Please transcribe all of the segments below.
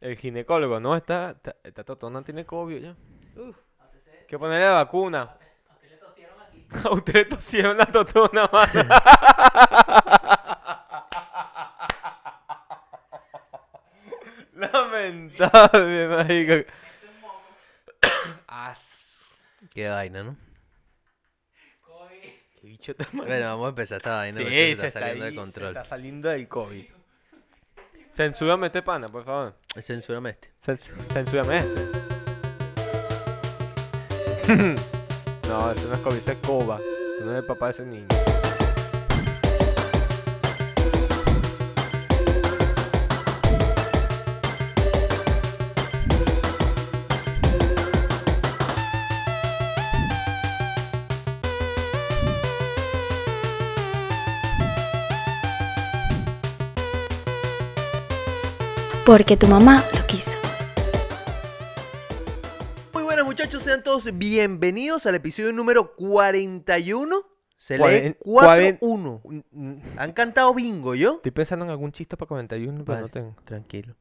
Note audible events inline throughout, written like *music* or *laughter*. El ginecólogo, no, está, está, está totona, tiene COVID ya. Uf. Hay que ponerle la vacuna. *laughs* A usted tosieron la totona, mano. *laughs* Lamentable, *laughs* marico. *coughs* As- Qué vaina, *laughs* ¿no? Qué bicho tan mal. Bueno, vamos a empezar esta vaina. Sí, porque esto se está saliendo de ahí, se control. está saliendo del COVID. Censúrame este pana, por favor. Censúrame este. Cens- Censúrame *laughs* este. no, eso no es COVID, eso es Coba. Tú no eres el papá de ese niño. Porque tu mamá lo quiso. Muy buenas muchachos, sean todos bienvenidos al episodio número 41. Se lee Cuaren- 41. Mm, mm. Han cantado bingo, ¿yo? Estoy pensando en algún chiste para 41, pero no Vale. tengo. Tranquilo.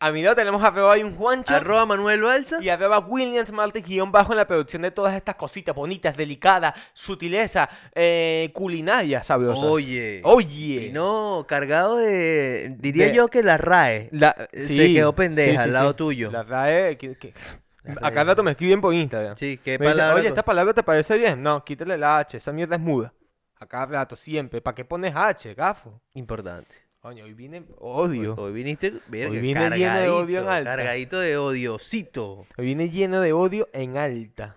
A mi lado tenemos a Feo hay un Juancho. Arroba Manuel Balsa. Y a Williams Martes guión bajo en la producción de todas estas cositas bonitas, delicadas, sutileza, eh, culinaria, sabrosas. Oye. Oye. Y no, cargado de. Diría De- yo que la RAE. La- Se sí, quedó pendeja sí, sí, al lado sí. tuyo. La RAE, que- que- La a cada RAE. rato me escriben por Instagram. Sí, qué Me dicen, palabra. Oye, co- ¿esta palabra te parece bien? No, quítale la H, esa mierda es muda. A cada rato, siempre. ¿Para qué pones H, gafo? Importante. Coño, hoy viene Hoy, odio. hoy viniste. verga, Hoy vine lleno de odio en cargadito, alta. Cargadito de odiosito. Hoy viene lleno de odio en alta.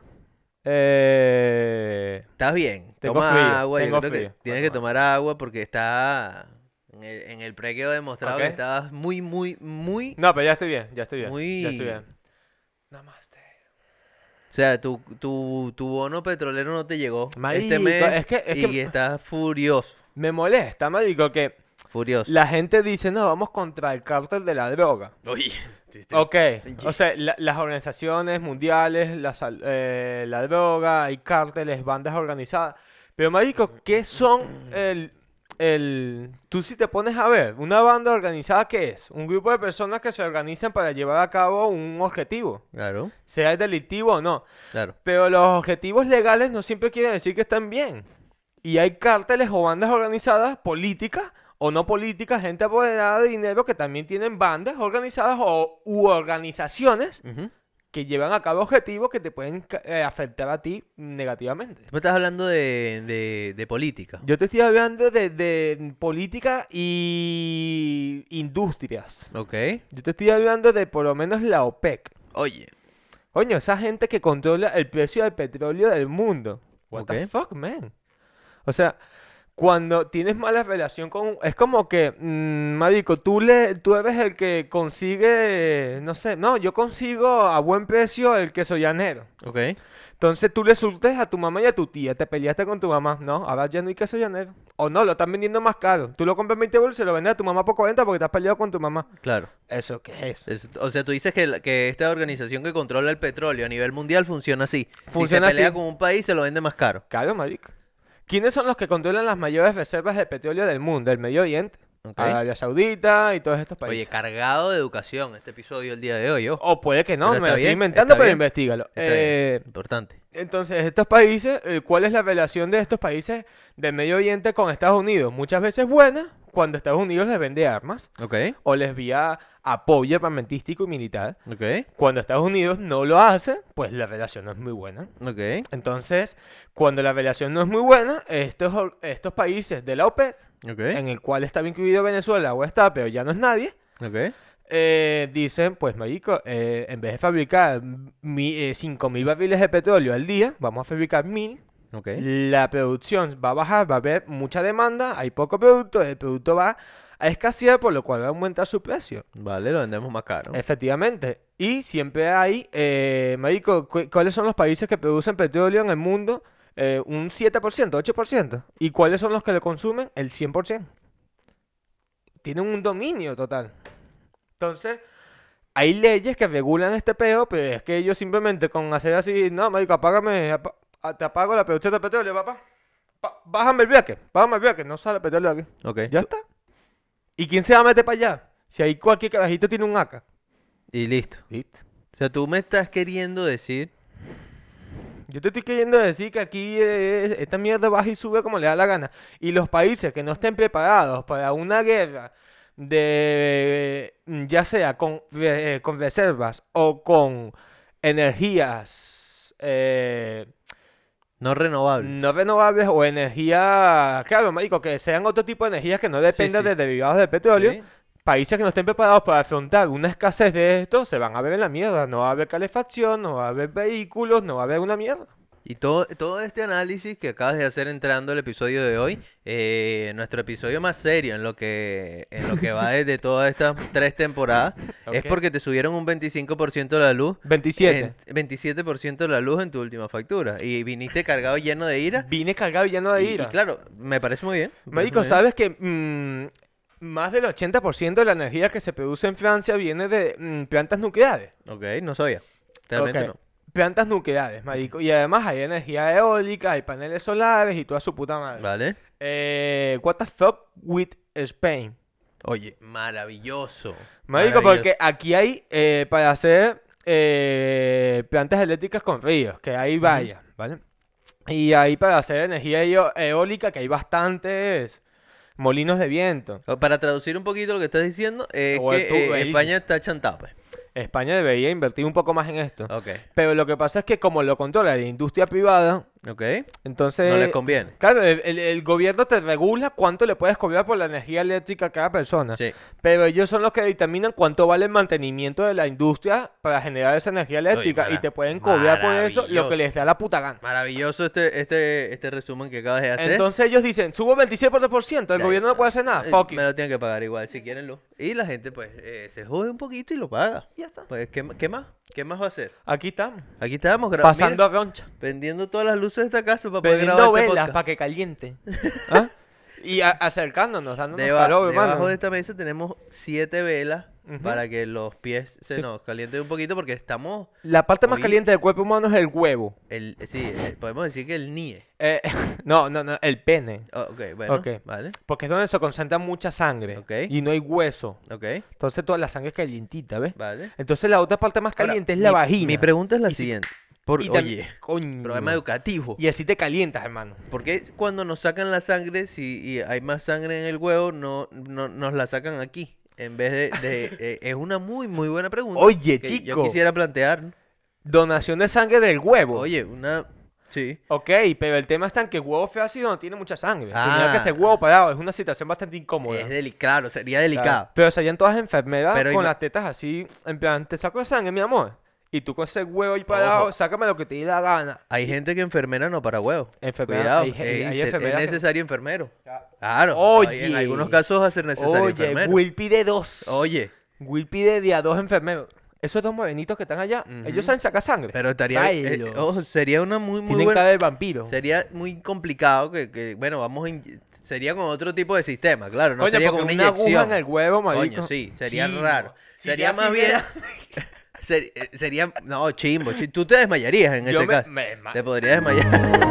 Eh... ¿Estás bien? Tengo Toma frío, agua. tengo yo creo que frío. tienes Bueno, bueno. que tomar agua porque está. En el, en el pre quedó demostrado Ok. que estabas muy, muy, muy. No, pero ya estoy bien, ya estoy bien. Ya Muy- estoy bien. Namaste. O sea, tu, tu, tu bono petrolero no te llegó este Marico, mes. es que- es y que- estás furioso. Me molesta, marico, que Furioso. la gente dice, no, vamos contra el cártel de la droga. *laughs* Oye. te- te- Ok, Oye. o sea, la- las organizaciones mundiales, la, sal- eh, la droga, hay cárteles, bandas organizadas. Pero, marico, ¿qué son el, el... Tú si te pones a ver, ¿una banda organizada qué es? Un grupo de personas que se organizan para llevar a cabo un objetivo, Claro, sea el delictivo o no. claro. Pero los objetivos legales no siempre quieren decir que están bien. Y hay cárteles o bandas organizadas, políticas o no políticas, gente apoderada de dinero que también tienen bandas organizadas o u organizaciones Ujú. que llevan a cabo objetivos que te pueden ca- eh, afectar a ti negativamente. Tú me estás hablando de, de, de política. Yo te estoy hablando de, de política y industrias. Ok. Yo te estoy hablando de por lo menos la OPEC. Oye. Coño, esa gente que controla el precio del petróleo del mundo. What the Ok. fuck, man? O sea, cuando tienes mala relación con... un- Es como que, mm, marico, tú, le, tú eres el que consigue... No sé, no, yo consigo a buen precio el queso llanero. Ok. Entonces tú le surtes a tu mamá y a tu tía, te peleaste con tu mamá, no, ahora ya no hay queso llanero. O no, lo están vendiendo más caro. Tú lo compras 20 euros y se lo vendes a tu mamá por 40 porque te has peleado con tu mamá. Claro. ¿Eso qué es? Es- o sea, tú dices que, la- que esta organización que controla el petróleo a nivel mundial funciona así. Funciona si se pelea así. con un país, se lo vende más caro. Claro, marico. ¿Quiénes son los que controlan las mayores reservas de petróleo del mundo? El Medio Oriente, Ok. Arabia Saudita y todos estos Oye, países. cargado de educación este episodio el día de hoy, yo. o puede que no, Pero me lo está estoy bien, inventando, está pero bien, investigalo. está bien. Eh, Importante. entonces, estos países, eh, ¿cuál es la relación de estos países del Medio Oriente con Estados Unidos? Muchas veces buena cuando Estados Unidos les vende armas Ok. o les vía apoyo armamentístico y militar. Ok. Cuando Estados Unidos no lo hace, pues la relación no es muy buena. Ok. Entonces, cuando la relación no es muy buena, estos, or- estos países de la OPEC Ok. en el cual está incluido Venezuela o está, pero ya no es nadie, Ok. eh, dicen, pues marico, eh, en vez de fabricar mi, eh, 5.000 barriles de petróleo al día, vamos a fabricar 1.000. Ok. La producción va a bajar, va a haber mucha demanda, hay poco producto, el producto va a escasear, por lo cual va a aumentar su precio. Vale, lo vendemos más caro. Efectivamente. Y siempre hay, eh, marico, cu- ¿cuáles son los países que producen petróleo en el mundo? Eh, un 7%, 8%. ¿Y cuáles son los que lo consumen? El 100%. Tienen un dominio total. Entonces, hay leyes que regulan este peo, pero es que ellos simplemente con hacer así, no, marico, apágame, apa- a- te apago la producción de petróleo, papá. Pa- bájame el viaje, bájame el viaje, no sale petróleo aquí. Ok. Ya está. ¿Y quién se va a meter para allá? Si ahí cualquier carajito tiene un AK. Y listo. Listo. O sea, tú me estás queriendo decir. Yo te estoy queriendo decir que aquí eh, esta mierda baja y sube como le da la gana. Y los países que no estén preparados para una guerra de, eh, ya sea con, re- eh, con reservas o con energías eh, No renovable. no renovables o energía, claro, marico, que sean otro tipo de energías que no dependan sí. de derivados del petróleo, Sí. países que no estén preparados para afrontar una escasez de esto, se van a ver en la mierda. No va a haber calefacción, no va a haber vehículos, no va a haber una mierda. Y todo, todo este análisis que acabas de hacer entrando el episodio de hoy, eh, nuestro episodio más serio en lo que, en lo que *laughs* va de, de todas estas tres temporadas, es Ok. porque te subieron un 25% de la luz. 27. en- 27% de la luz en tu última factura. Y viniste cargado lleno de ira. Vine cargado y lleno de y- y ira. claro, me parece muy bien. me parece Marico, muy bien. ¿sabes que mm, más del 80% de la energía que se produce en Francia viene de mm, plantas nucleares? Ok, no sabía. Realmente Ok, no. Plantas nucleares, marico. Y además hay energía eólica, hay paneles solares y toda su puta madre. Vale. Eh, what the fuck with Spain? Oye, maravilloso. Marico, maravilloso. porque aquí hay eh, para hacer eh, plantas eléctricas con ríos, que hay varias, ¿vale? Y ahí para hacer energía eo- eólica, que hay bastantes molinos de viento. O- Oh, Para traducir un poquito lo que estás diciendo, es O que tú, eh, ahí España dices. está chantada. pues. España debería invertir un poco más en esto. Ok, Pero lo que pasa es que como lo controla la industria privada, ok. entonces... No les conviene. Claro, el, el- el gobierno te regula cuánto le puedes cobrar por la energía eléctrica a cada persona. Sí. Pero ellos son los que determinan cuánto vale el mantenimiento de la industria para generar esa energía eléctrica. y mara- te pueden cobrar por eso lo que les da la puta gana. Maravilloso este, este, este resumen que acabas de hacer. Entonces ellos dicen, subo 27%, el Ya, gobierno no ya. puede hacer nada. Eh, Fuck you. Me lo tienen que pagar igual, si quieren luz. Y la gente, pues, eh, se jode un poquito y lo paga. Ya está. Pues, ¿qué, ma- qué más? ¿Qué más va a hacer? Aquí estamos. Aquí estábamos grabando. Pasando a roncha. Vendiendo todas las luces de esta casa para poder grabar Prendiendo este velas podcast. para que *laughs* caliente. ¿Ah? Y a- acercándonos, dándonos Deba- calor, hermano. debajo de esta mesa tenemos siete velas Ujú. para que los pies se Sí. nos calienten un poquito porque estamos, La parte más Oí- caliente del cuerpo humano es el huevo. el, sí, eh, podemos decir que el nie. Eh, *laughs* no, no, no, el pene. Ah, ok, bueno, Ok. vale, Porque es donde se concentra mucha sangre. Ok. Y no hay hueso. ok, Entonces toda la sangre es calientita, ¿ves? vale. Entonces la otra parte más Ahora, caliente es la mi- vagina. Mi pregunta es la Y si- siguiente. Por, Y Mm. tam- oye, coño. programa educativo. Y así te calientas, hermano. ¿Por qué cuando nos sacan la sangre, si y hay más sangre en el huevo, no, no nos la sacan aquí? En vez de... *laughs* de- eh, es una muy, muy buena pregunta. Oye, que Yo chico. quisiera plantear. ¿no? Donación de sangre del huevo. Oye, una... Sí. Ok, pero el tema está en que el huevo ácido no tiene mucha sangre. Tenía que Ah. ser huevo parado. Es una situación bastante incómoda. Es delicado, claro, sería Claro. delicado. Pero salían todas enfermeras Pero con ima- las tetas así. En plan, te saco de sangre, mi amor. Y tú con ese huevo ahí parado, Ojo. sácame lo que te dé la gana. Hay gente que enfermera no para huevos. Enfermera- Cuidado, hay gen- ey, hay se- enfermeras que- es necesario enfermero. Claro. Oye. En algunos casos hace necesario Oye, enfermero. Will pide dos. Oye, Will pide de a dos enfermeros. Esos dos morenitos que están allá, Ujú. ellos saben sacar sangre. pero estaría... eh, Bailos. ojo, sería una muy, muy Tienen buena... cara de vampiro. Sería muy complicado que, que, bueno, vamos a in- sería con otro tipo de sistema, claro, no Coño, sería porque con una una aguja inyección. en el huevo, marico. Coño, sí, sería Chimbo. raro. Si sería ya más bien tuviera- ser- eh, sería no, chimbo, chi- tú te desmayarías *laughs* en Yo ese me- caso. me ma- Te podrías desmayar.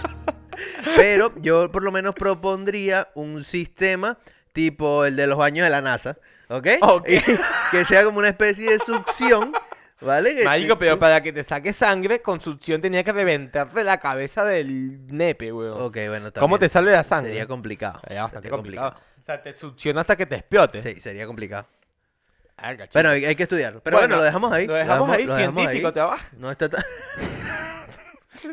*laughs* Pero yo por lo menos propondría un sistema tipo el de los baños de la NASA, ¿ok? *laughs* Ok. *laughs* que sea como una especie de succión, ¿vale? *laughs* Que- Marico, pero tú- para que te saque sangre, con succión tenía que reventarte la cabeza del nepe, weón. Ok, bueno, ¿Cómo te también. sale la sangre? Sería complicado. Sería bastante sería complicado. O sea, te succiona hasta que te explote. Sí, sería complicado. Verga, chico. Bueno, hay, hay que estudiarlo. Pero bueno, Bueno, lo dejamos ahí. lo dejamos ahí, científico, te vas. No está tan... *laughs*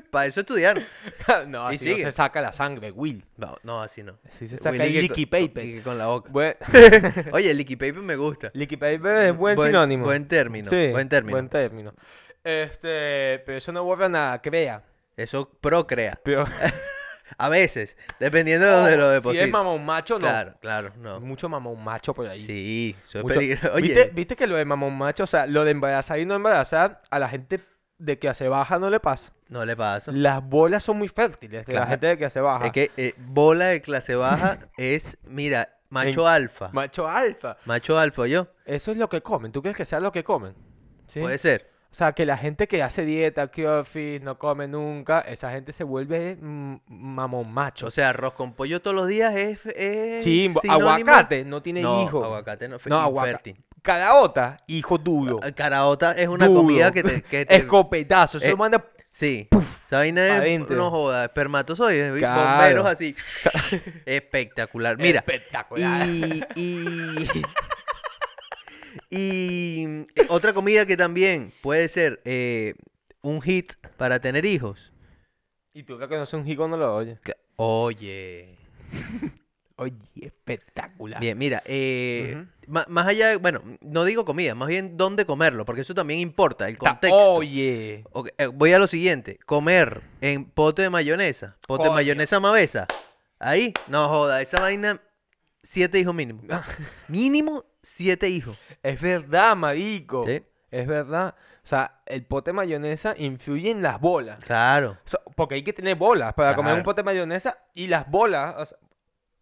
Para eso estudiaron. *laughs* no, y así no sigue. se saca la sangre, Will. No, no, así no. Así se Willy saca el que leaky con- paper. que con *laughs* la boca. Bue- Oye, el leaky paper me gusta. Leaky paper es buen, sinónimo. Buen término. Sí, Buen término. Buen término. Este, pero eso no borra nada, crea. Eso procrea. *laughs* Pero, A veces, dependiendo de donde lo Oh, *laughs* si deposites. es mamón macho, no. Claro, claro, no. Mucho mamón macho por ahí. Sí, eso es Mucho- *laughs* peligroso. ¿Viste, Oye, viste que lo de mamón macho, o sea, lo de embarazar y no embarazar, a la gente de que hace baja no le pasa. no le pasa. Las bolas son muy fértiles de Claro. la gente de que hace baja. Es que eh, bola de *laughs* clase baja es, mira, macho En- alfa. Macho alfa. Macho alfa, yo. Eso es lo que comen. ¿Tú crees que sea lo que comen? ¿Sí? Puede ser. O O sea, que la gente que hace dieta, que office, no come nunca, esa gente se vuelve mm, mamón macho. O sea, arroz con pollo todos los días es. es Chimbo, Pues, eh, sinónimo- aguacate, no tiene No, hijo. aguacate no, No, no aguacate. Caraota, hijo duro. Caraota es una duro. comida que *laughs* te. que te- Escopetazo, eso Eh, lo manda. Sí, esa vaina pa' es, dentro. no joda, espermatozoides, Claro. *laughs* bomberos así. Espectacular. Mira, espectacular. y, y, y, eh, otra comida que también puede ser eh, un hit para tener hijos. Y tú que conoces un higo no lo oyes. Que- Oye, Oye, espectacular. bien, mira, eh, Ujú. ma- más allá, de- bueno, no digo comida, más bien dónde comerlo, porque eso también importa, el Ta- contexto. Oye. Ok, eh, voy a lo siguiente. Comer en pote de mayonesa. Pote Coño. de mayonesa mavesa. Ahí, no joda, esa vaina, siete hijos mínimo. *laughs* mínimo siete hijos. Es verdad, marico. Sí. Es verdad. O sea, el pote de mayonesa influye en las bolas. Claro. O sea, porque hay que tener bolas para comer un Claro. pote de mayonesa y las bolas. o sea,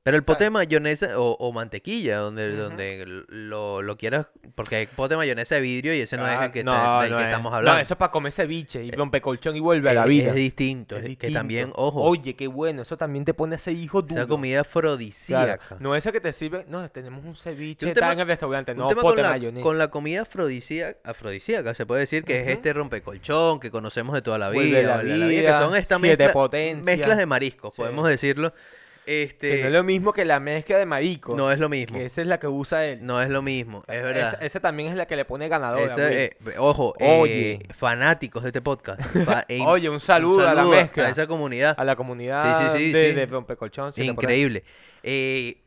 Pero el pote ¿Sabes? de mayonesa o, o mantequilla, donde, Ujú. donde lo, lo quieras, porque hay pote de mayonesa de vidrio y ese no es ah, el que, está- del no que es. estamos No, hablando. Eh, eso es para comer ceviche y rompecolchón y vuelve a es, la es vida. distinto, Es es- que distinto. también, ojo, Oye, qué bueno. Eso también te pone ese hijo duro. esa comida Claro, afrodisíaca. No esa que te sirve. No, tenemos un ceviche. un está tema- en el restaurante. Un No, tema pote con de la, mayonesa. con la comida afrodisíaca, afrodisíaca, se puede decir que Ujú. es este rompecolchón que conocemos de toda la vida, Vuelve la vuelve vida, que son estas siete mezcla- potencias. mezclas de mariscos, Sí. podemos decirlo. Este, Que no es lo mismo que la mezcla de marico. mismo, Que esa es la que usa él. no es lo mismo, es Esa, verdad. esa también es la que le pone ganadora. Esa, güey. eh, ojo, Oye. eh, fanáticos de este podcast. *laughs* fa- e- Oye, un saludo, a la saludo mezcla. A, esa comunidad. la comunidad sí, de, sí. de Rompecolchón. siete por ocho. Increíble. Eh,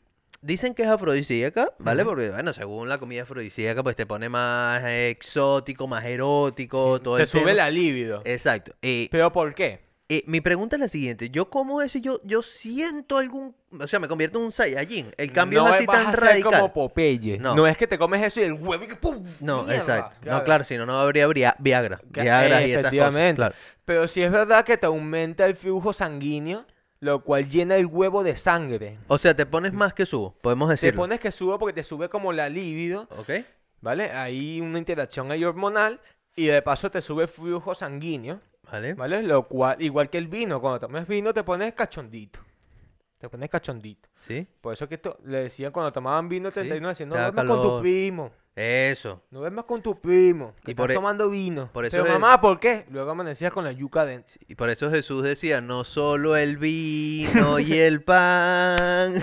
dicen que es afrodisíaca, ¿vale? Ujú. Porque, bueno, según la comida afrodisíaca, pues te pone más exótico, más erótico, todo Te el tema. sube la libido. Exacto. Eh, ¿Pero por qué? eh, mi pregunta es la siguiente. ¿Yo como eso? y Yo, yo siento algún... O sea, me convierto en un Saiyajin. El cambio no es así vas tan a ser radical. como Popeye. No. No. es que te comes eso y el huevo y que ¡pum! No, ¡Mierda! exacto. No, claro, si no, no habría Bria- Viagra. Que- Viagra y esas cosas. efectivamente. Claro. Pero sí es verdad que te aumenta el flujo sanguíneo, lo cual llena el huevo de sangre. O sea, te pones más que subo, podemos Te decirlo. pones que sube porque te sube como la libido, ¿Ok? ¿vale? Hay una interacción ahí hormonal y de paso te sube el flujo sanguíneo, Vale. ¿vale? Lo cual, igual que el vino, cuando tomas vino te pones cachondito. Te pones cachondito. Sí. Por eso que esto, le decían cuando tomaban vino el 31, decían, no te da duermas con tu calor". primo. Eso. No ves más con tu primo, que Y por estás e- tomando vino. por eso Pero es- mamá, ¿por qué? Luego amanecías con la yuca adentro. Y por eso Jesús decía, no solo el vino y el pan,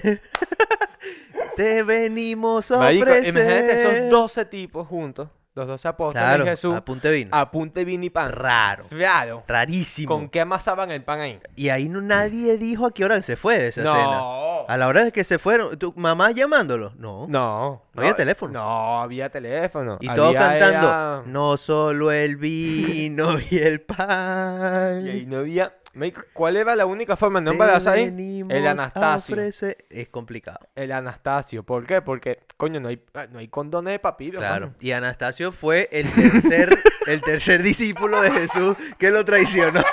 *laughs* te venimos a Marico, ofrecer. imagínate esos 12 tipos juntos, los 12 apóstoles Claro, y Jesús, apunte vino. apunte vino y pan. Raro, Claro. rarísimo. ¿Con qué amasaban el pan ahí? Y ahí no, nadie dijo a qué hora se fue de esa cena. No. A la hora de que se fueron, ¿tu mamá llamándolo? No. No. ¿No había teléfono? No, había teléfono. Y todos Había cantando, era- no solo *laughs* el vino y el pan. Y ahí no había... Marico, ¿Cuál era la única forma de no te embarazar ahí? venimos El a Anastasio. ofrecer". Es complicado. El Anastasio. ¿Por qué? Porque, coño, no hay, ah, no hay condones de papiro. Claro. mano. Y Anastasio fue el *laughs* tercer, el tercer discípulo de Jesús que lo traicionó.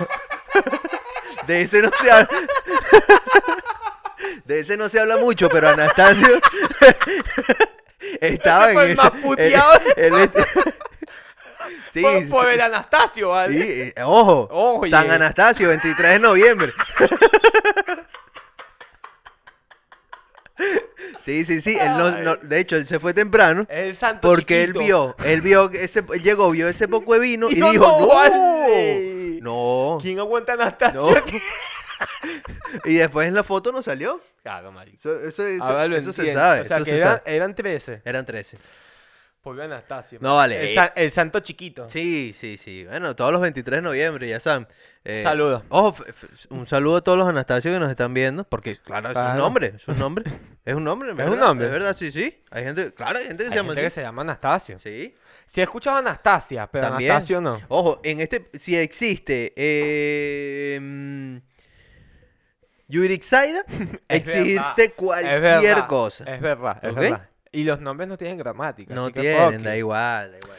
*laughs* De ese no se habla. *laughs* De ese no se habla mucho, pero Anastasio *laughs* estaba Ese fue en el esa- más puteado. él- él- *laughs* Sí, Por, por el Anastasio, ¿vale? sí, eh, ojo, Oye. San Anastasio, 23 de noviembre. *laughs* Sí, sí, sí. él no- no- de hecho, él se fue temprano. El santo Porque él chiquito. vio, él vio, que ese, él llegó, vio ese poco *laughs* de vino y, Dijo, dijo, "No, no, vale". no, ¿Quién aguanta a Anastasio? no". Y después en la foto no salió. *laughs* Claro, marico. Eso, eso- eso- Ahora Ah, lo eso se entiendo. sabe, O sea, eso que se eran, sabe. eran 13. Eran 13. Por Anastasio. No, vale, El, eh. san- el santo chiquito. Sí, sí, sí. Bueno, todos los 23 de noviembre, ya saben. Eh, Saludos. Ojo, f- f- un saludo a todos los Anastasios que nos están viendo, porque claro, es Claro. un nombre, es un nombre, es un nombre, un ¿verdad? nombre. es verdad, sí, sí. Hay gente, claro, hay gente que Hay se llama gente que así. se llama Anastasio. Sí. Si he escuchado a Anastasia, pero También. Anastasio no. Ojo, en este, si existe eh, mm, Yurixaida, *laughs* Es verdad, existe Es cualquier verdad. cosa. Es verdad, es ¿Ok? verdad. Y los nombres no tienen gramática. No así que tienen, fuck da you. igual, da igual.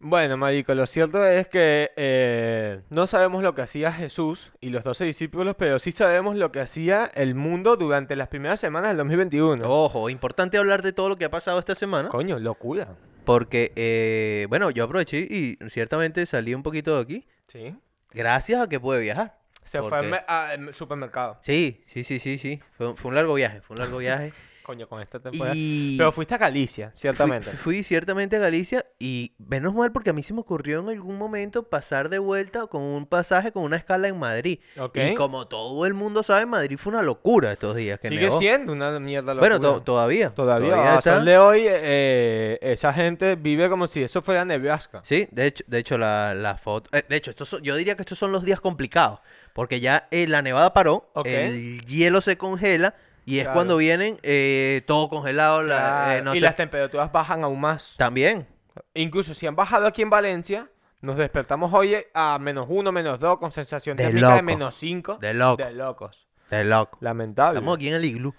Bueno, marico, lo cierto es que eh, no sabemos lo que hacía Jesús y los doce discípulos, pero sí sabemos lo que hacía el mundo durante las primeras semanas del 2021. Oh, Ojo, importante hablar de todo lo que ha pasado esta semana. Coño, locura. porque, eh, bueno, yo aproveché y ciertamente salí un poquito de aquí Sí. gracias a que pude viajar. Se ¿Por fue al qué? me- al supermercado. Sí, sí, sí, sí, sí. Fue, un- fue un largo viaje, fue un largo viaje. Coño, con esta temporada. y *laughs* Pero fuiste a Galicia, fui, *laughs* ciertamente. fui ciertamente a Galicia y menos mal porque a mí se me ocurrió en algún momento pasar de vuelta con un pasaje con una escala en Madrid. Ok. Y como todo el mundo sabe, Madrid fue una locura estos días que Sigue nevó. siendo una mierda Bueno, to- locura. todavía. Todavía, a está. sol de hoy, eh, esa gente vive como si eso fuera Nebraska. Sí, de hecho, de hecho la, la foto. eh, de hecho, estos son- yo diría que estos son los días complicados. Porque ya eh, la nevada paró, Ok. el hielo se congela y es Claro. cuando vienen eh, todo congelado. la- eh, Claro, no y sé, las temperaturas bajan aún más. También. Incluso si han bajado aquí en Valencia, nos despertamos hoy eh, a menos uno, menos dos, con sensación De térmica de loco, menos cinco. de loco. locos. De loco. Lamentable. Estamos aquí en el iglú.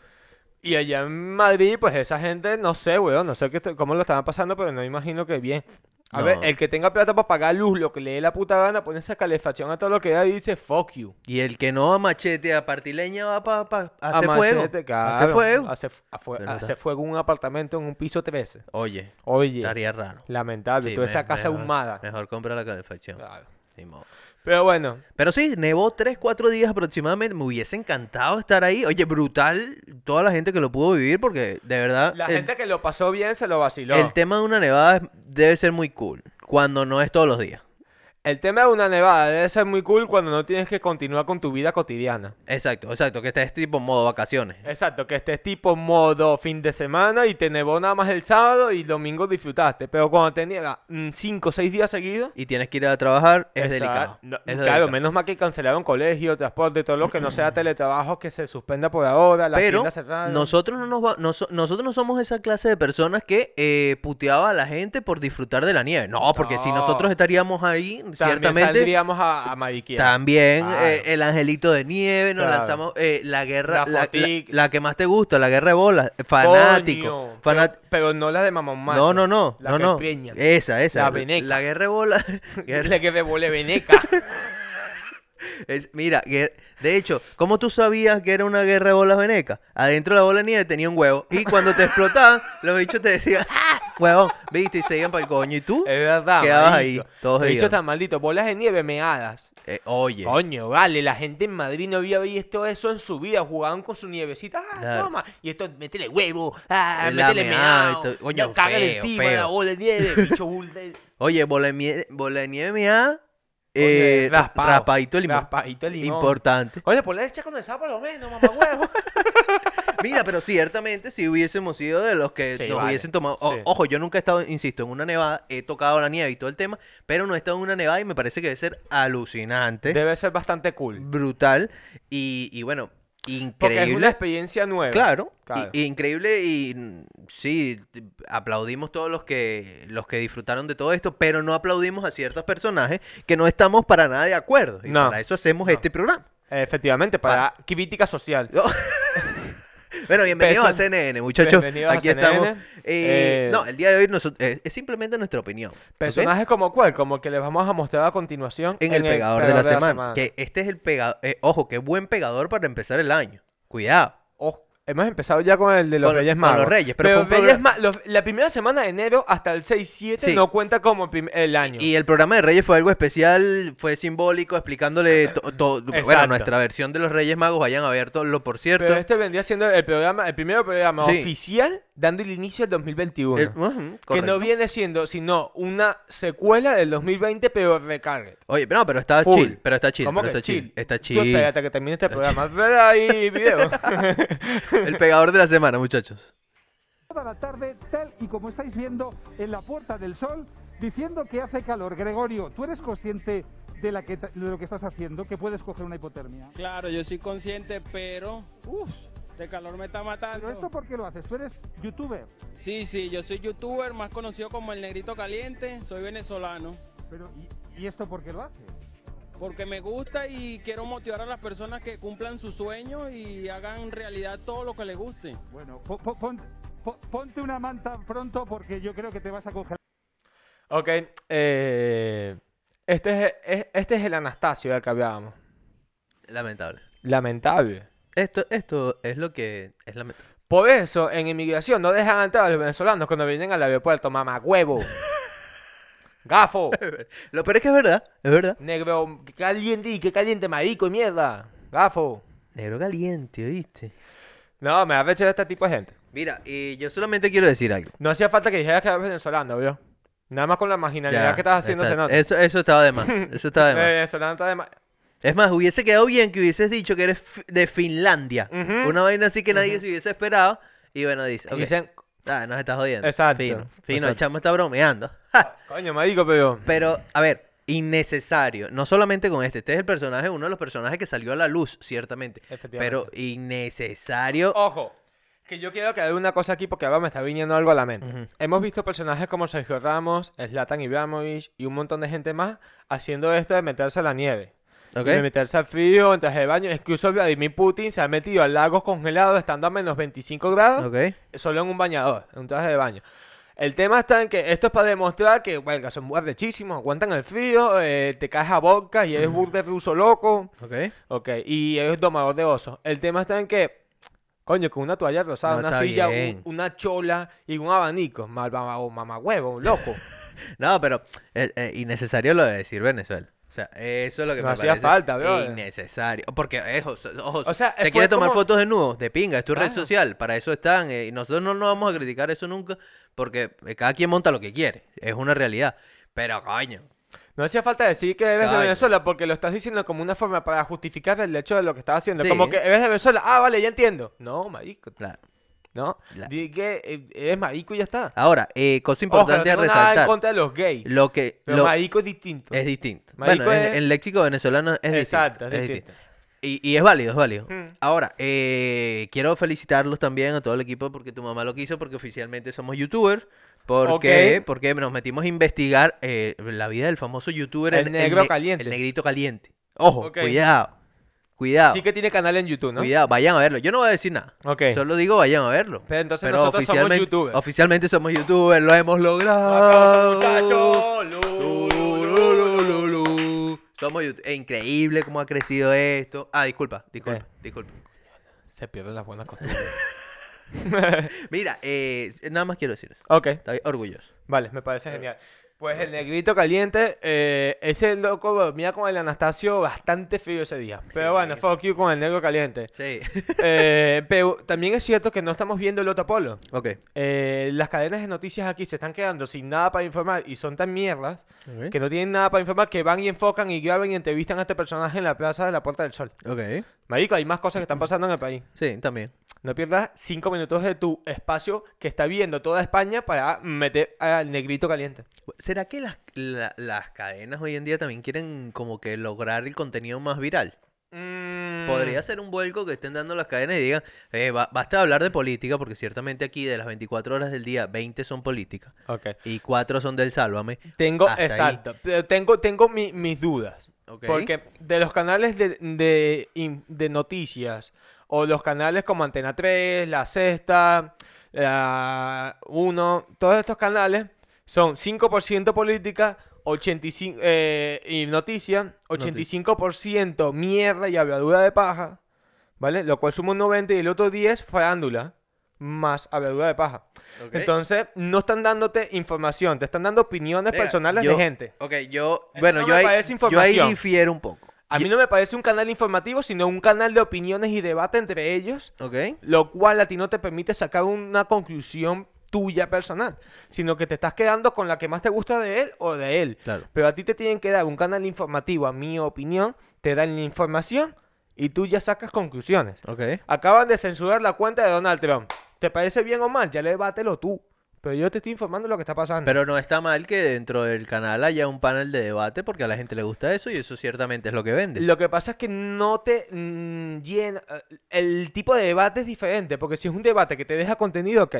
Y allá en Madrid, pues esa gente, no sé, weón, no sé qué, est- cómo lo estaban pasando, pero no imagino que bien. A ver, No. el que tenga plata para pagar luz, lo que le dé la puta gana, pone esa calefacción a todo lo que da y dice, fuck you. Y el que no a machete, a partileña, va pa, pa, A hace fuego. machete, Hace claro, fuego. Hace, f- a fue- Pero no hace está. fuego en un apartamento en un piso 13. Oye, Oye, estaría raro. lamentable, Sí, toda me- esa casa mejor- ahumada. Mejor compra la calefacción. Claro. Ni modo. Pero bueno, Pero sí, nevó 3, 4 días aproximadamente. Me hubiese encantado estar ahí. Oye, brutal toda la gente que lo pudo vivir porque de verdad la el, gente que lo pasó bien se lo vaciló. el tema de una nevada es- debe ser muy cool cuando no es todos los días. El tema de una nevada debe ser muy cool cuando no tienes que continuar con tu vida cotidiana. Exacto, exacto, que estés tipo en modo vacaciones. Exacto, que estés tipo modo fin de semana y te nevó nada más el sábado y domingo disfrutaste. Pero cuando te niega 5 o 6 días seguidos, Y tienes que ir a trabajar, es esa- delicado. no- es claro, delicado. menos mal que cancelaron colegio, transporte, todo lo que no sea teletrabajo que se suspenda por ahora, las Pero tiendas cerradas. nosotros no, nos va- noso- nosotros no somos esa clase de personas que eh, puteaba a la gente por disfrutar de la nieve. No, porque si No. nosotros estaríamos ahí, También ciertamente saldríamos a, a mariquear. También Claro. eh, el angelito de nieve, nos Claro. lanzamos eh, la La guerra, la, la- fotic. la que más te gusta, la guerra de bolas, eh, fanático. Coño, fanat- pero, pero no la de mamón No, no, no, La no, que no. Eh, preñan. Esa, esa. La l- veneca. La guerra de bolas. *laughs* *laughs* guerra- La que me vuelve *laughs* veneca. es- mira, guer- de hecho, ¿cómo tú sabías que era una guerra de bolas veneca? Adentro de la bola de nieve tenía un huevo y cuando te explotaban, los bichos te decían, ¡ah! Huevón, viste, y se iban para el coño. ¿Y tú? Es verdad. Quedabas Eh, marico. ahí, todos Los bichos hediondos. tan malditos. Bolas de nieve meadas. Eh, oye. Coño, vale, la gente en Madrid no había visto eso en su vida. Jugaban con su nievecita. Ah, Claro. toma. Y esto, métele huevo. Ah, Eh, la métele meada, meado. esto- coño, no, cágale feo, encima la feo. bola de nieve, bicho *laughs* burda. Oye, bola de, mie- bola de nieve me ha... Oye, eh, raspado, raspadito de limón. raspadito de limón. Importante. Oye, ponle el chaco condensado por lo menos, mamá *laughs* huevo. Mira, pero ciertamente si hubiésemos sido de los que Sí, nos vale. hubiesen tomado. o- Sí. Ojo, yo nunca he estado, insisto, en una nevada, he tocado la nieve y todo el tema, pero no he estado en una nevada y me parece que debe ser alucinante, Debe ser bastante cool. brutal y, y bueno, increíble. Porque es una experiencia nueva. Claro, y- Claro. y increíble y mm, sí, t- aplaudimos todos los que los que disfrutaron de todo esto, pero no aplaudimos a ciertos personajes que no estamos para nada de acuerdo. Y No, para eso hacemos no. este programa. Efectivamente, para crítica social. Bueno, bienvenidos a Besos. CNN, muchachos. Bienvenidos a Aquí estamos. CNN. Eh, Eh, no, el día de hoy noso- eh, es simplemente nuestra opinión. ¿ok? Personajes como cuál, como el que les vamos a mostrar a continuación En, el pegador, de la, semana. semana. Que este es el pegador. ojo, qué buen pegador para empezar el año. Cuidado. Ojo, hemos empezado ya con el de los Con- Reyes con Magos. los Reyes, pero fue un Reyes programa- Ma- los- la primera semana de enero hasta el 6-7 Sí. no cuenta como prim- el año. Y el programa de Reyes fue algo especial, fue simbólico, explicándole *coughs* to- to- bueno, Exacto. nuestra versión de los Reyes Magos. Vayan a ver todo lo por cierto. pero este vendría siendo el programa, el primer programa Sí. oficial dando el inicio al 2021. El- eh, ujú, que correcto. no viene siendo sino una secuela del 2020, pero recargue. Oye, no, pero está Full. chill, pero está chill, ¿Cómo pero que está chill, está Tú chill. espérate que termine este programa. Ve ahí *laughs* video. El pegador de la semana, muchachos. toda la tarde, tal y como estáis viendo en la Puerta del Sol, diciendo que hace calor. Gregorio, ¿tú eres consciente de, la que, ta- de lo que estás haciendo? ¿Que puedes coger una hipotermia? Claro, yo soy consciente, pero uff, este calor me está ¿Pero matando. esto por qué lo haces? Tú eres youtuber, Sí, sí, yo soy youtuber, más conocido como el Negrito Caliente, soy venezolano, pero ¿y, y esto por qué lo haces? porque me gusta y quiero motivar a las personas que cumplan sus sueños y hagan realidad todo lo que les guste. Bueno, po- po- pon- po- ponte una manta pronto porque yo creo que te vas a congelar. ok, eh, este, es, es- este es el Anastasio del que hablábamos. Lamentable. Lamentable. Esto, esto es lo que es lamentable. Por eso, en inmigración no dejan entrar a los venezolanos cuando vienen al aeropuerto, mamá *laughs* huevo. Gafo, Lo peor es que es verdad, es verdad. negro, qué caliente, y qué caliente, marico y mierda. Gafo. Negro caliente, ¿viste? No, me da rechazo este tipo de gente. Mira, y yo solamente quiero decir algo. No hacía falta que dijeras que eras venezolano, bro. Nada más con la marginalidad Ya, que estás haciendo se exacto. nota. Eso, eso estaba *laughs* de más. Eso estaba de Eh, más. venezolano está de más. Es más, hubiese quedado bien que hubieses dicho que eres fi- de Finlandia. Ujú. Una vaina así que nadie se hubiese esperado. Y bueno, dice, Y ok, Dicen, ah, nos estás jodiendo. Exacto, Fino, fino, el exacto. chamo está bromeando. *laughs* coño, marico, pero. Pero, a ver, innecesario. No solamente con este. Este es el personaje, uno de los personajes que salió a la luz, ciertamente. Pero Efectivamente. Oh, innecesario. Ojo, que yo quiero que haya una cosa aquí porque ahora me está viniendo algo a la mente. Ujú. Hemos visto personajes como Sergio Ramos, Zlatan Ibrahimovic y un montón de gente más haciendo esto de meterse a la nieve. ¿ok? De meterse al frío, en traje de baño. Incluso Vladimir Putin se ha metido a lagos congelados estando a menos 25 grados. Ok. solo en un bañador, en un traje de baño. El tema está en que esto es para demostrar que, bueno, son arrechísimos, aguantan el frío, eh, te caes a boca y eres Mm. burde ruso loco, Ok. ok, y eres domador de osos. El tema está en que, coño, con una toalla rosada, No, una está silla, un- bien. una chola y un abanico, mal oh, mamagüevo, *laughs* loco. No, pero eh, eh, innecesario lo de decir Venezuela. O sea, eso es lo que No me hacía parece falta, brother. innecesario. Porque, eh, ojo, so- ojo, O sea, te fue quieres tomar como- fotos desnudos, de pinga, es tu red Claro. social, para eso están. eh, y nosotros no nos vamos a criticar eso nunca, porque eh, cada quien monta lo que quiere, es una realidad. Pero, coño, No hacía falta decir que eres de Coño. Venezuela porque lo estás diciendo como una forma para justificar el hecho de lo que estás haciendo. Sí. Como que eres de Venezuela, ah, vale, ya entiendo. No, marico, claro. no. Claro. Di que eh, eres marico y ya está. Ahora, eh, cosa Ojo, no importante a tengo Nada en resaltar, contra de los gays. lo que... pero lo- marico es distinto. Es distinto. Marico bueno, en- es- en léxico venezolano es distinto. Exacto, es distinto. Y, y es válido, es válido. Mm. Ahora, eh, quiero felicitarlos también a todo el equipo porque tu mamá lo quiso, porque oficialmente somos youtubers. Porque, Ok. porque nos metimos a investigar eh, la vida del famoso youtuber. El negro ne- caliente. El negrito caliente. Ojo, Ok. cuidado. Cuidado. Sí que tiene canal en YouTube, ¿no? Cuidado, vayan a verlo. Yo no voy a decir nada. Ok. Solo digo vayan a verlo. Pero entonces Pero nosotros somos oficialmente, youtubers. oficialmente somos youtubers, lo hemos logrado. ¡Aplausos, muchachos! Oh. Lu, lu, lu, lu, lu. Somos youtubers. Es increíble cómo ha crecido esto. Ah, disculpa, disculpa, disculpa. Se pierden las buenas costumbres. Mira, eh, nada más quiero decir eso. ok, Estoy orgulloso. vale, me parece genial. Pues el negrito caliente, eh, ese loco dormía con el Anastasio bastante frío ese día. Pero bueno, fuck you con el negro caliente. Sí. Eh, *laughs* pero también es cierto que no estamos viendo el otro polo. ok. Eh, las cadenas de noticias aquí se están quedando sin nada para informar y son tan mierdas que no tienen nada para informar, que van y enfocan y graban y entrevistan a este personaje en la plaza de la Puerta del Sol. Ok. Marico, hay más cosas que están pasando en el país. Sí, también. No pierdas cinco minutos de tu espacio que está viendo toda España para meter al negrito caliente. ¿Será que las, la- las cadenas hoy en día también quieren como que lograr el contenido más viral? Podría ser un vuelco que estén dando las cadenas y digan, eh, ba- basta de hablar de política, porque ciertamente aquí de las 24 horas del día, 20 son política Ok. y 4 son del Sálvame. Tengo, Hasta ahí. exacto. Pero tengo, tengo mi- mis dudas. Ok. Porque de los canales de, de, in- de noticias o los canales como Antena 3, La Sexta, La 1, todos estos canales son 5% política, 85% eh, y noticias, 85% mierda y habladura de paja, ¿vale? Lo cual suma un 90 y el otro 10 farándula más habladura de paja. Ok. Entonces, no están dándote información, te están dando opiniones Venga, personales yo- de gente. Ok, yo, Eso bueno, no yo, me ahí, parece yo ahí información. difiero un poco. A mí no me parece un canal informativo, sino un canal de opiniones y debate entre ellos, Ok. lo cual a ti no te permite sacar una conclusión tuya personal, sino que te estás quedando con la que más te gusta de él o de él. Claro. Pero a ti te tienen que dar un canal informativo, a mi opinión, te dan la información y tú ya sacas conclusiones. Ok. Acaban de censurar la cuenta de Donald Trump. ¿Te parece bien o mal? Ya debátelo tú. Pero yo te estoy informando de lo que está pasando. Pero no está mal que dentro del canal haya un panel de debate porque a la gente le gusta eso y eso ciertamente es lo que vende. Lo que pasa es que no te mm, llena. eh, El tipo de debate es diferente, porque si es un debate que te deja contenido, ok.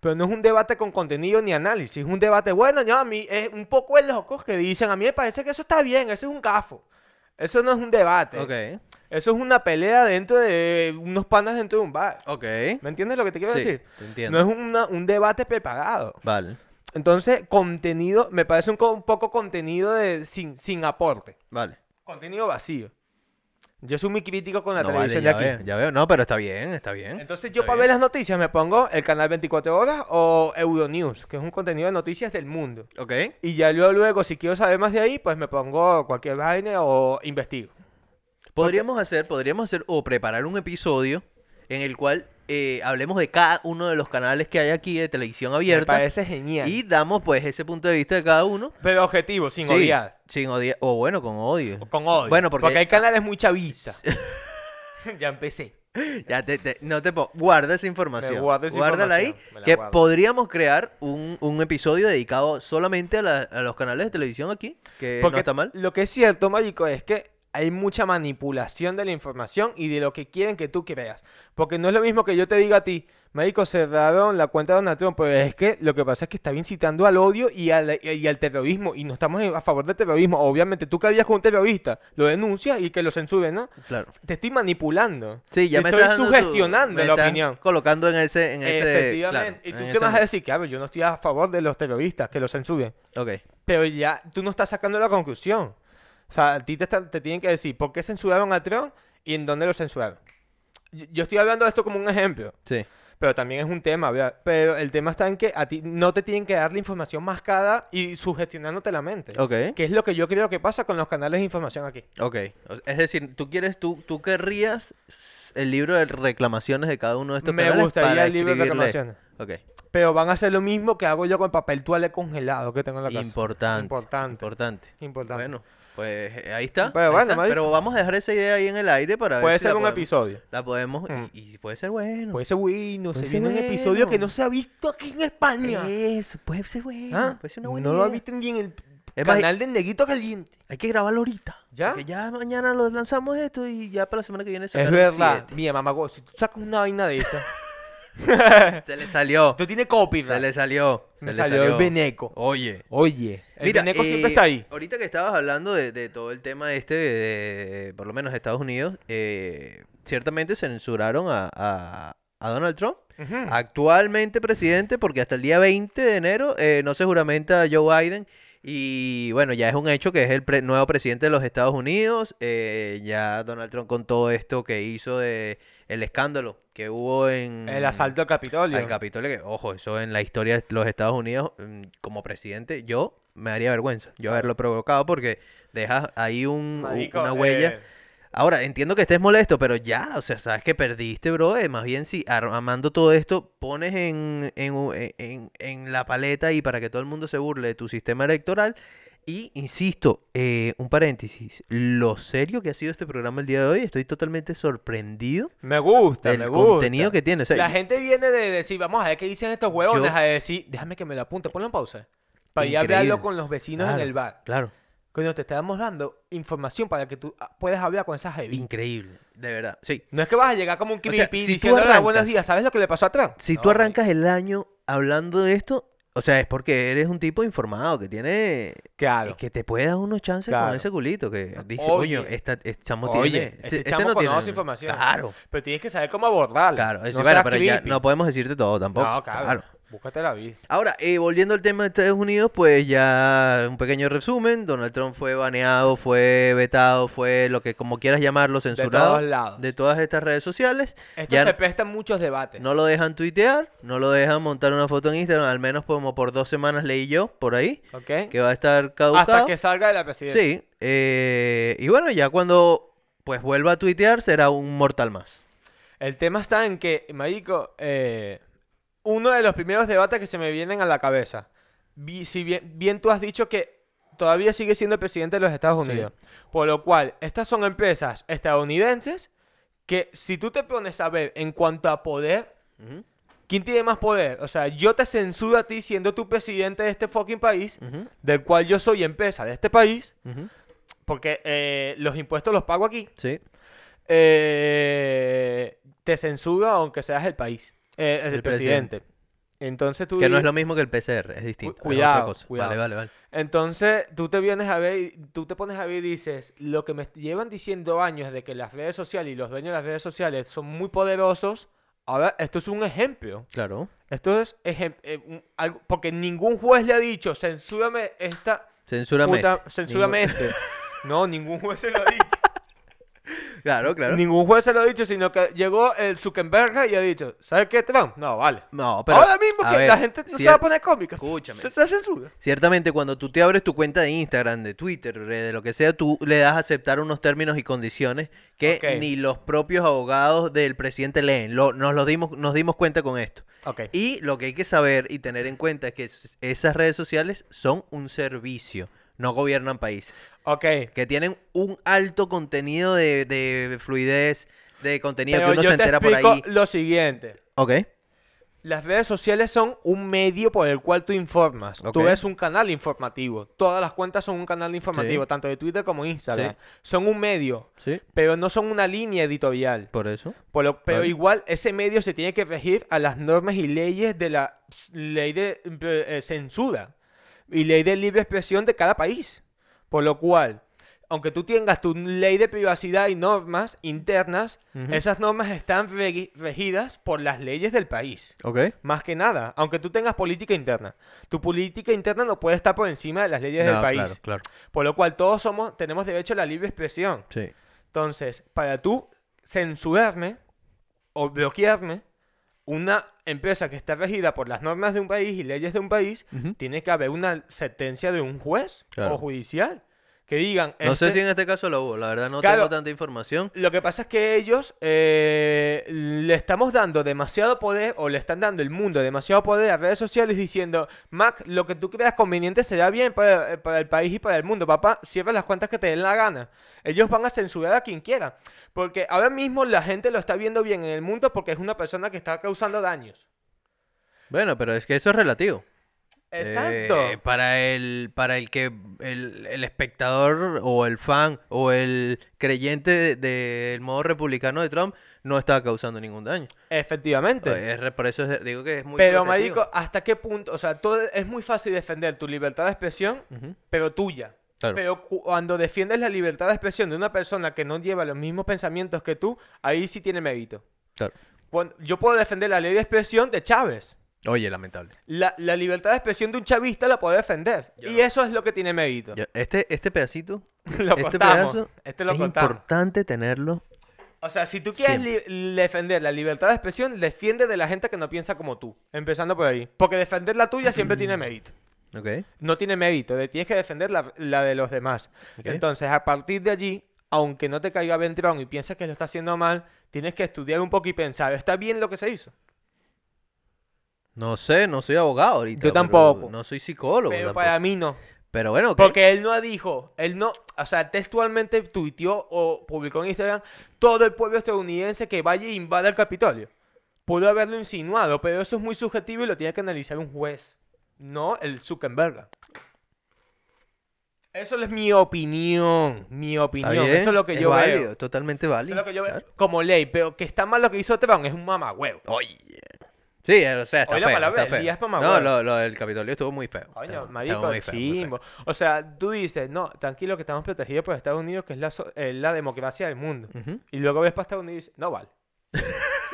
Pero no es un debate con contenido ni análisis. Es un debate, bueno, yo a mí es un poco de locos que dicen, a mí me parece que eso está bien, eso es un gafo. Eso no es un debate. Ok. Eso es una pelea dentro de unos panas dentro de un bar. Ok. ¿Me entiendes lo que te quiero Sí, decir? te entiendo. No es una- un debate preparado. Vale. Entonces, contenido, me parece un, co- un poco contenido de, sin, sin aporte. Vale. Contenido vacío. Yo soy muy crítico con la No, vale, televisión ya de aquí. veo, ya veo. No, pero está bien, está bien. Entonces yo está para ver las bien. noticias me pongo el canal 24 horas o Euronews, que es un contenido de noticias del mundo. Ok. Y ya yo luego, si quiero saber más de ahí, pues me pongo cualquier vaina o investigo. Podríamos hacer, podríamos hacer o preparar un episodio en el cual eh, hablemos de cada uno de los canales que hay aquí de televisión Me abierta parece genial. y damos pues ese punto de vista de cada uno. Pero objetivo, sin Sí, odiar. Sin odiar. O bueno, con odio. o Con odio. Bueno, porque- hay canales muy chavistas. *laughs* *laughs* ya empecé. Ya te, te- no te po- guarda esa información. Me guardo esa Guárdala información, ahí. me la Que guardo. podríamos crear un, un episodio dedicado solamente a, la- a los canales de televisión aquí. Que Porque Eh, no está mal. Lo que es cierto, Mágico, es que hay mucha manipulación de la información y de lo que quieren que tú creas. Porque no es lo mismo que yo te diga a ti, Mágico, cerraron la cuenta de Donald Trump, pero es que lo que pasa es que está incitando al odio y al, y al terrorismo, y no estamos a favor del terrorismo. Obviamente, tú que habías con un terrorista, lo denuncias y que lo censuren, ¿no? Claro. Te estoy manipulando. Sí, ya Te me estoy estás dando tu- sugestionando me la estás opinión. Colocando en ese. En ese claro, Efectivamente. en y tú ese qué vas a mo- decir, claro, yo no estoy a favor de los terroristas, que los censuren. Ok. Pero ya tú no estás sacando la conclusión. O sea, a ti te, están- te tienen que decir por qué censuraron a Trump y en dónde lo censuraron. Yo, yo estoy hablando de esto como un ejemplo, Sí. pero también es un tema, ¿verdad? Pero el tema está en que a ti no te tienen que dar la información mascada y sugestionándote la mente. Ok. Que es lo que yo creo que pasa con los canales de información aquí. Ok. O- Es decir, tú quieres, tú, tú querrías el libro de reclamaciones de cada uno de estos Me canales. gustaría para el libro de escribirle. reclamaciones. Ok. Pero van a hacer lo mismo que hago yo con papel toalé congelado que tengo en la casa. Importante. Importante. Importante. Importante. Bueno, pues eh, ahí está. Pero ahí bueno, está. marico. Pero vamos a dejar esa idea ahí en el aire para Puede ver si ser la un podemos- episodio. La podemos. Mm. Y, y puede ser bueno. Puede ser bueno, se Puede ser viene un episodio que bueno. no se ha visto aquí en España. Eso, puede ser bueno. ¿Ah? Puede ser una buena no lo idea. viste ni en el Es más, canal de Neguito Caliente. Hay que grabarlo ahorita. ¿Ya? Porque ya mañana lo lanzamos esto y ya para la semana que viene Es sacaron verdad. siete. Mira, mamá, go- si tú sacas una vaina de *laughs* esa, Se le salió. tú tienes Se copyright. le salió. Se Me le salió el veneco. Oye. Oye, el Mira, veneco eh, siempre está ahí. Ahorita que estabas hablando de, de todo el tema este, de, de- por lo menos de Estados Unidos, eh, ciertamente censuraron a, a- a Donald Trump, Ujú. actualmente presidente, porque hasta el día 20 de enero eh, no se juramenta a Joe Biden. Y bueno, ya es un hecho que es el pre- nuevo presidente de los Estados Unidos. eh, ya Donald Trump con todo esto que hizo de el escándalo que hubo en El asalto al Capitolio. al Capitolio, que, ojo, eso en la historia de los Estados Unidos, mm, como presidente, yo me daría vergüenza yo haberlo provocado porque dejas ahí un, u- Marico, una huella. eh, Ahora, entiendo que estés molesto, pero ya, o sea, sabes que perdiste, bro. eh, Más bien, si armando todo esto, pones en, en, u- en- en- en la paleta y para que todo el mundo se burle de tu sistema electoral. Y insisto, eh, un paréntesis, lo serio que ha sido este programa el día de hoy, estoy totalmente sorprendido me gusta, del me gusta. contenido que tiene. o sea, La y- gente viene de decir, vamos a ver qué dicen estos huevones, Yo- a decir, déjame que me lo apunte, ponlo en pausa. Para ir a hablarlo Increíble. con los vecinos en Claro, el bar. Claro. Coño, te estamos dando información para que tú ah, puedas hablar con esa gente. Increíble, de verdad. Sí. No es que vas a llegar como un sea, creepy si tú diciéndole "Hola, buenos arrancas- días. ¿Sabes lo que le pasó a Trump? Si No, tú marico. arrancas el año hablando de esto, o sea, es porque eres un tipo informado que tiene Claro. que te puede dar unos chances con Claro. ese culito que dice, Oye. coño, esta, este chamo Oye, tiene, este chamo conoce información. Claro, Pero tienes que saber cómo abordarlo. claro, eso, no bueno, seas pero ya creepy. no podemos decirte todo tampoco. No, claro. Búscate la vida. Ahora, eh, volviendo al tema de Estados Unidos, pues ya un pequeño resumen. Donald Trump fue baneado, fue vetado, fue lo que como quieras llamarlo, censurado todos lados. de todas estas redes sociales. Esto Ya se prestan muchos debates. No lo dejan tuitear, no lo dejan montar una foto en Instagram, al menos como por dos semanas leí yo por ahí, ¿Ok? que va a estar caducado. Hasta que salga de la presidencia. Sí, eh, y bueno, ya cuando pues vuelva a tuitear será un mortal más. El tema está en que, marico, eh, uno de los primeros debates que se me vienen a la cabeza. Vi- si bien, bien tú has dicho que todavía sigue siendo el presidente de los Estados Sí. Unidos. Por lo cual, estas son empresas estadounidenses que si tú te pones a ver en cuanto a poder, Ujú, ¿quién tiene más poder? O sea, yo te censuro a ti siendo tu presidente de este fucking país, ujú, del cual yo soy empresa de este país, ujú, porque eh, los impuestos los pago aquí. Sí, Eh, te censura aunque seas el país, eh, el, El presidente. Entonces tú que no di- es lo mismo que el PCR, es distinto. es otra cuidado, cosa. cuidado. Vale, vale, vale. entonces tú te vienes a ver, y- tú te pones a ver y dices, lo que me llevan diciendo años de que las redes sociales y los dueños de las redes sociales son muy poderosos, ahora esto es un ejemplo. Claro. Esto es ejem- eh, un- algo, porque ningún juez le ha dicho, censúrame esta Censúrame. puta, este. *laughs* censúrame Ningún- este". No, ningún juez se lo ha dicho. *laughs* Claro, claro. Ningún juez se lo ha dicho, sino que llegó el Zuckerberg y ha dicho, ¿sabes qué, Trump? No, vale. No, pero. Ahora mismo a que ver, la gente no se cier- va a poner cómica. Escúchame. Se, se censura. Ciertamente, cuando tú te abres tu cuenta de Instagram, de Twitter, de de lo que sea, tú le das a aceptar unos términos y condiciones que Ok. ni los propios abogados del presidente leen. Lo- nos, los dimos, nos dimos cuenta con esto. Ok. Y lo que hay que saber y tener en cuenta es que es- esas redes sociales son un servicio, no gobiernan países, Ok. que tienen un alto contenido de, de fluidez, de contenido Pero que uno yo se te entera por explico ahí. lo siguiente. Ok, Las redes sociales son un medio por el cual tú informas. Ok. Tú ves un canal informativo. Todas las cuentas son un canal informativo, tanto de Twitter como Instagram. Sí. Son un medio, sí, pero no son una línea editorial. por eso. Por lo- pero Vale. igual ese medio se tiene que regir a las normas y leyes de la s- ley de eh, eh, censura y ley de libre expresión de cada país. Por lo cual, aunque tú tengas tu ley de privacidad y normas internas, Ujú. esas normas están regi- regidas por las leyes del país. Ok, Más que nada, aunque tú tengas política interna, tu política interna no puede estar por encima de las leyes del No, país. claro, claro, Por lo cual todos somos tenemos derecho a la libre expresión. sí. Entonces, para tú censurarme o bloquearme, una empresa que está regida por las normas de un país y leyes de un país, Ujú. tiene que haber una sentencia de un juez Claro. o judicial que digan... No sé este- si en este caso lo hubo, la verdad no Claro. tengo tanta información. Lo que pasa es que ellos eh, le estamos dando demasiado poder o le están dando el mundo demasiado poder a redes sociales diciendo, Mac, lo que tú creas conveniente será bien para, eh, para el país y para el mundo. Papá, cierra las cuentas que te den la gana. Ellos van a censurar a quien quiera. Porque ahora mismo la gente lo está viendo bien en el mundo porque es una persona que está causando daños. Bueno, pero es que eso es relativo. Exacto. Eh, para el para el que el, el espectador o el fan o el creyente de- del modo republicano de Trump no está causando ningún daño. Efectivamente. Es re- por eso es- digo que es muy Pero, subjetivo. marico, ¿hasta qué punto? O sea, todo, es muy fácil defender tu libertad de expresión, Ujú, pero tuya. claro. Pero cu- cuando defiendes la libertad de expresión de una persona que no lleva los mismos pensamientos que tú, ahí sí tiene mérito. claro. Cuan- yo puedo defender la ley de expresión de Chávez. Oye, lamentable. La, la libertad de expresión de un chavista la puedo defender. Yo y no. eso es lo que tiene mérito. Ya, este este pedacito, *laughs* Lo este contamos. pedazo Este lo es contamos. importante tenerlo. O sea, si tú quieres li- defender la libertad de expresión, defiende de la gente que no piensa como tú. Empezando por ahí. Porque defender la tuya Mm. siempre tiene mérito. Ok. no tiene mérito, de- tienes que defender la, la de los demás. Ok. Entonces, a partir de allí, aunque no te caiga bien Trump y pienses que lo está haciendo mal, tienes que estudiar un poco y pensar, ¿está bien lo que se hizo? No sé, no soy abogado ahorita. Yo pero tampoco. No soy psicólogo. Pero tampoco. para mí no. Pero bueno, pues, ok. Porque él no dijo, él no, o sea, textualmente tuiteó o publicó en Instagram todo el pueblo estadounidense que vaya e invada el Capitolio. Pudo haberlo insinuado, pero eso es muy subjetivo y lo tiene que analizar un juez, no el Zuckerberg. Eso es mi opinión, mi Está opinión. bien, Eso es lo que es yo válido, veo. es totalmente Eso válido. es lo que yo veo claro. como ley, pero que está mal lo que hizo Trump es un mamagüevo. Oye. Sí, eh, o sea, está Hoy la feo, palabra del está feo. día es No, mamagüey. lo, lo del Capitolio estuvo muy feo. Está- Coño, está marico, muy feo, muy feo. chimbo. O sea, tú dices, no, tranquilo que estamos protegidos por Estados Unidos, que es la, so- eh, la democracia del mundo. *laughs* Ujú. Y luego ves para Estados Unidos y dices, no vale. Y de- *laughs*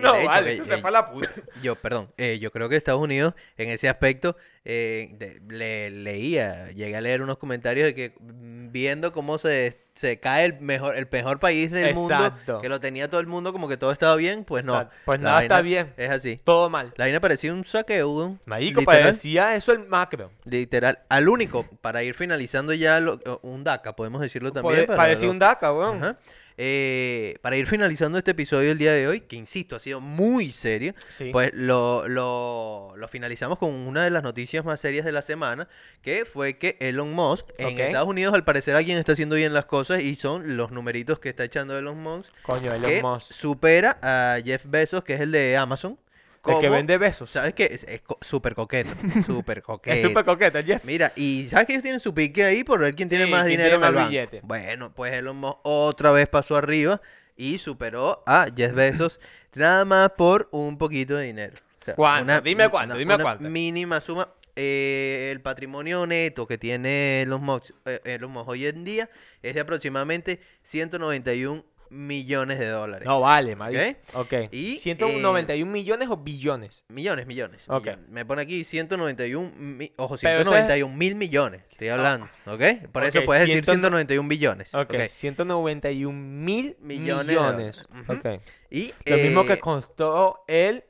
No de hecho, vale, que- esto se eh, fue a la puta. Yo, perdón, eh, yo creo que Estados Unidos en ese aspecto eh, de- le, leía, llegué a leer unos comentarios de que mm, viendo cómo se, se cae el mejor, el mejor país del mundo, Exacto. que lo tenía todo el mundo como que todo estaba bien, pues no. Exacto. Pues La nada está vaina bien. Es así. Todo mal. La vaina parecía un saqueo, weón. Marico, Literal. parecía eso el macro. Literal, al único, para ir finalizando ya lo- un DACA, podemos decirlo también. Pode- para parecía lo- un DACA, weón. Ajá. Eh, para ir finalizando este episodio el día de hoy, que insisto, ha sido muy serio, Sí. pues lo, lo, lo finalizamos con una de las noticias más serias de la semana, que fue que Elon Musk, en Ok. Estados Unidos al parecer alguien está haciendo bien las cosas y son los numeritos que está echando Elon Musk, Coño, que Elon Musk. supera a Jeff Bezos, que es el de Amazon. El que como- vende besos. ¿Sabes qué? Es, es co- *laughs* súper coqueto, súper coqueto. Es súper coqueta, Jeff. Mira, y sabes que ellos tienen su pique ahí por ver quién tiene Sí, más quién tiene dinero más en el banco. billete. Bueno, pues Elon Musk otra vez pasó arriba y superó a Jeff Bezos nada más por un poquito de dinero. O sea, ¿Cuánto? Dime cuánto, una- dime una cuánto. Mínima suma. Eh, el patrimonio neto que tiene Elon Musk, eh, Elon Musk hoy en día es de aproximadamente 191 millones de dólares. No vale, marico. Ok. Y, eh, 191 millones o billones. Millones, millones, Ok. millones. Me pone aquí 191, mi- ojo, Pero eso es- Ah. 191 mil millones. Estoy hablando, ¿ok? Por Ok, eso puedes decir ciento- 191 billones. Ok. ok. 191 mil Millones millones. de dólares. Ujú. Ok. Y, Lo mismo eh, que costó el,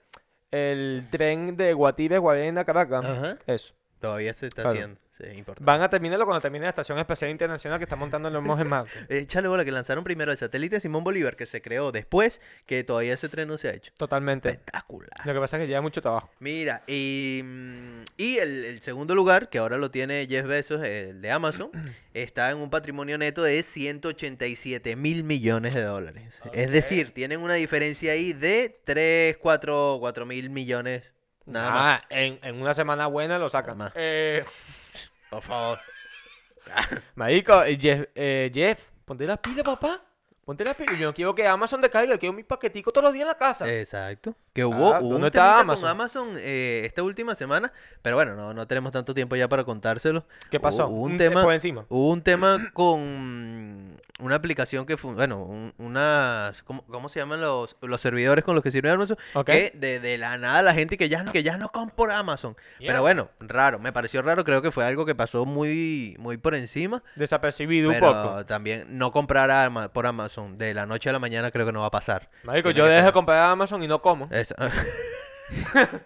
el tren de Guatire, Guayana, Caracas. Ajá. Eso. Todavía se está Claro. haciendo. Sí, es importante. Van a terminarlo cuando termine la Estación Espacial Internacional que está montando los monjes *laughs* más. Échale Eh, bola que lanzaron primero el satélite Simón Bolívar que se creó después, que todavía ese tren no se ha hecho. Totalmente. Espectacular. Lo que pasa es que lleva mucho trabajo. Mira, y, mm, y el, el segundo lugar, que ahora lo tiene Jeff Bezos, el *clears throat* de Amazon, está en un patrimonio neto de 187 mil millones de dólares. Es decir, tienen una diferencia ahí de 3, 4, 4 mil millones. Nada más. Ah, En, en una semana buena lo sacan. Nada más. Eh, Por favor. marico, eh, Jeff, eh, Jeff, ponte las pilas, papá. Ponte las pilas. Yo no quiero que Amazon decaiga, quiero mi paquetico todos los días en la casa. Eh, Exacto. Que hubo, Ah, hubo ¿dónde un está temita con Amazon? Amazon eh, esta última semana, pero bueno, no, no tenemos tanto tiempo ya para contárselo. ¿Qué hubo- pasó? hubo un te- tema- por encima. Hubo un tema con una aplicación que, fun- bueno, un- unas, ¿cómo, cómo se llaman los, los servidores con los que sirve Amazon? Ok. Que de, de la nada la gente que ya no, que ya no compra Amazon. Mierda. Pero bueno, raro, me pareció raro, creo que fue algo que pasó muy, muy por encima. Desapercibido un pero poco. también no comprar ama- por Amazon de la noche a la mañana creo que no va a pasar. Marico, tiene yo que dejo ser- Eh. de comprar a Amazon y no como. Eso.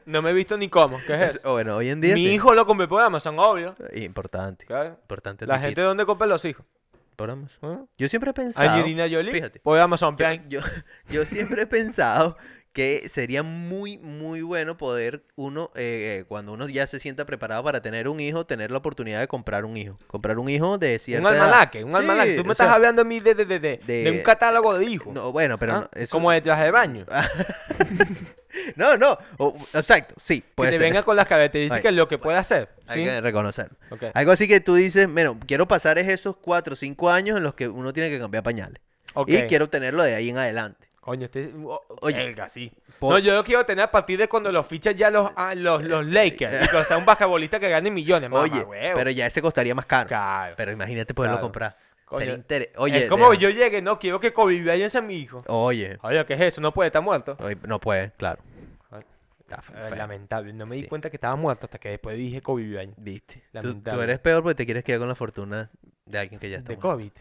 No me he visto ni como. *laughs* ¿Qué es eso? O bueno, hoy en día Mi sí. hijo lo compré por Amazon, obvio. Importante. Claro. Importante La admitir. gente, ¿dónde compra los hijos? por Amazon. ¿Eh? Yo siempre he pensado. Angelina Jolie. Fíjate. Por Amazon Yo, Prime. yo, yo siempre he pensado que sería muy, muy bueno poder uno, eh, eh, cuando uno ya se sienta preparado para tener un hijo, tener la oportunidad de comprar un hijo. Comprar un hijo de cierta Un edad. almanaque, un Sí, almanaque. Tú me o estás sea, hablando a mí de, de, de, de, de- de un catálogo de hijos. No, bueno, pero ¿ah? no, eso- Ah, Como de traje de baño. no, no, o- exacto, sí, que puede te ser, venga con las características Ay, lo que puede hacer. *laughs* hay ¿sí? que reconocerlo. Ok. Algo así que tú dices, bueno, quiero pasar es esos cuatro o cinco años en los que uno tiene que cambiar pañales. Ok. Y quiero tenerlo de ahí en adelante. Coño, este. o- Oye, verga, sí. por- No, yo lo quiero tener a partir de cuando los fichan ya los, ah, los, los Lakers. y que sea un basquetbolista que gane millones. Mamá, Eh, Oye, huevo. pero ya ese costaría más caro. Claro. Pero imagínate poderlo Claro. comprar. Coño, Sería inter- Oye, es como de- yo llegue, no, quiero que Kobe Bryant sea mi hijo. Oye, Oye, ¿qué es eso? No puede estar muerto. oye, no puede, claro. Ay, Está fe- Eh, feo. Lamentable, no me di Sí. cuenta que estaba muerto hasta que después dije Kobe Bryant. Viste. Tú- Tú, Lamentable. eres peor porque te quieres quedar con la fortuna de alguien que ya está De muerto. COVID.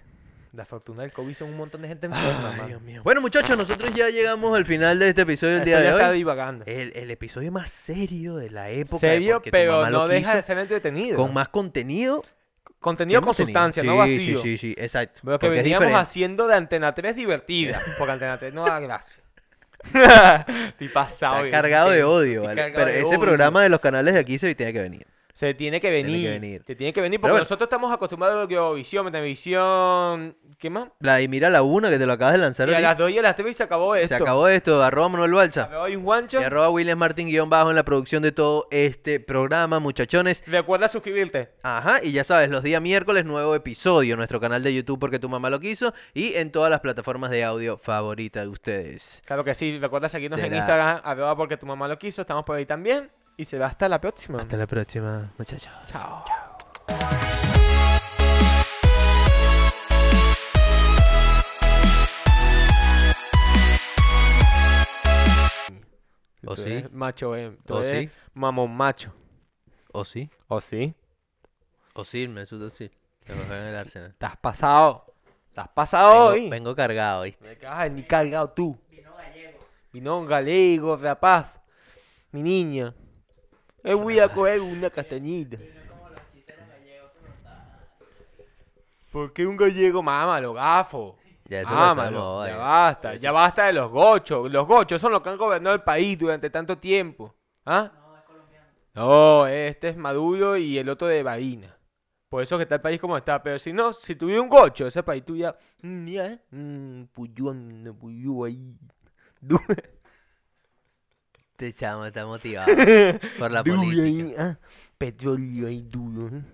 La fortuna del COVID son un montón de gente enferma, Ay, mano. Dios mío. Bueno, muchachos, nosotros ya llegamos al final de este episodio del Esto día ya de está hoy. divagando. El, el episodio más serio de la época. de Serio, Porque tu pero mamá lo no deja de quiso, ser entretenido. Con más contenido. que Contenido con hemos tenido. sustancia, no Sí, vacío. Sí, sí, sí, exacto. Lo que porque es veníamos diferente. haciendo de Antena 3 divertida. Porque Antena 3 no da *laughs* gracia. Estoy pasado. Está de- cargado de intenso, odio, estoy ¿vale? cargado Pero de ese odio. programa de los canales de aquí se tiene que venir. Se tiene que venir. que Se tiene que venir. venir. porque Pero bueno. nosotros estamos acostumbrados a Eurovisión, Metavisión. ¿Qué más? La y mira la una que te lo acabas de lanzar. Y a ahorita. las 2 y a las 3 y se acabó esto. Se acabó esto. Arroba Manuel Balsa. Me doy un guancho. Y arroba William Martín guión bajo en la producción de todo este programa, muchachones. Recuerda suscribirte. Ajá, y ya sabes, los días miércoles, nuevo episodio, nuestro canal de YouTube porque tu mamá lo quiso y en todas las plataformas de audio favorita de ustedes. Claro que sí. Recuerda seguirnos en Será. Instagram, arroba porque tu mamá lo quiso. Estamos por ahí también. Y será hasta la próxima. Hasta la próxima, muchachos. Chao. ¿O Tú sí? eres Macho, eh. Tú ¿O eres sí? Mamón macho. ¿O sí? ¿O sí? ¿O sí? Me sudo sí. Se me fue en el Arsenal. Estás pasado. Estás pasado Vengo, hoy. vengo cargado, ¿viste? Me cagas ni cargado tú. Vino gallego. Vino gallego, rapaz. Mi niña. Eh, voy a coger una castañita. ¿Por qué un gallego? Mámalo, gafo. Ya eso lo eh. Mámalo. sabemos, Ah, ya oye. basta. Ya basta de los gochos. Los gochos son los que han gobernado el país durante tanto tiempo. ¿Ah? No, este es Maduro y el otro de Varina. Por eso que está el país como está. Pero si no, si tuviera un gocho, ese país tuviera. Mm, ya, eh, mm, puyón, no, puyú ahí. *laughs* Du- Este chamo está motivado por la duro política. ahí, ah, Petróleo ahí duro. ¿eh?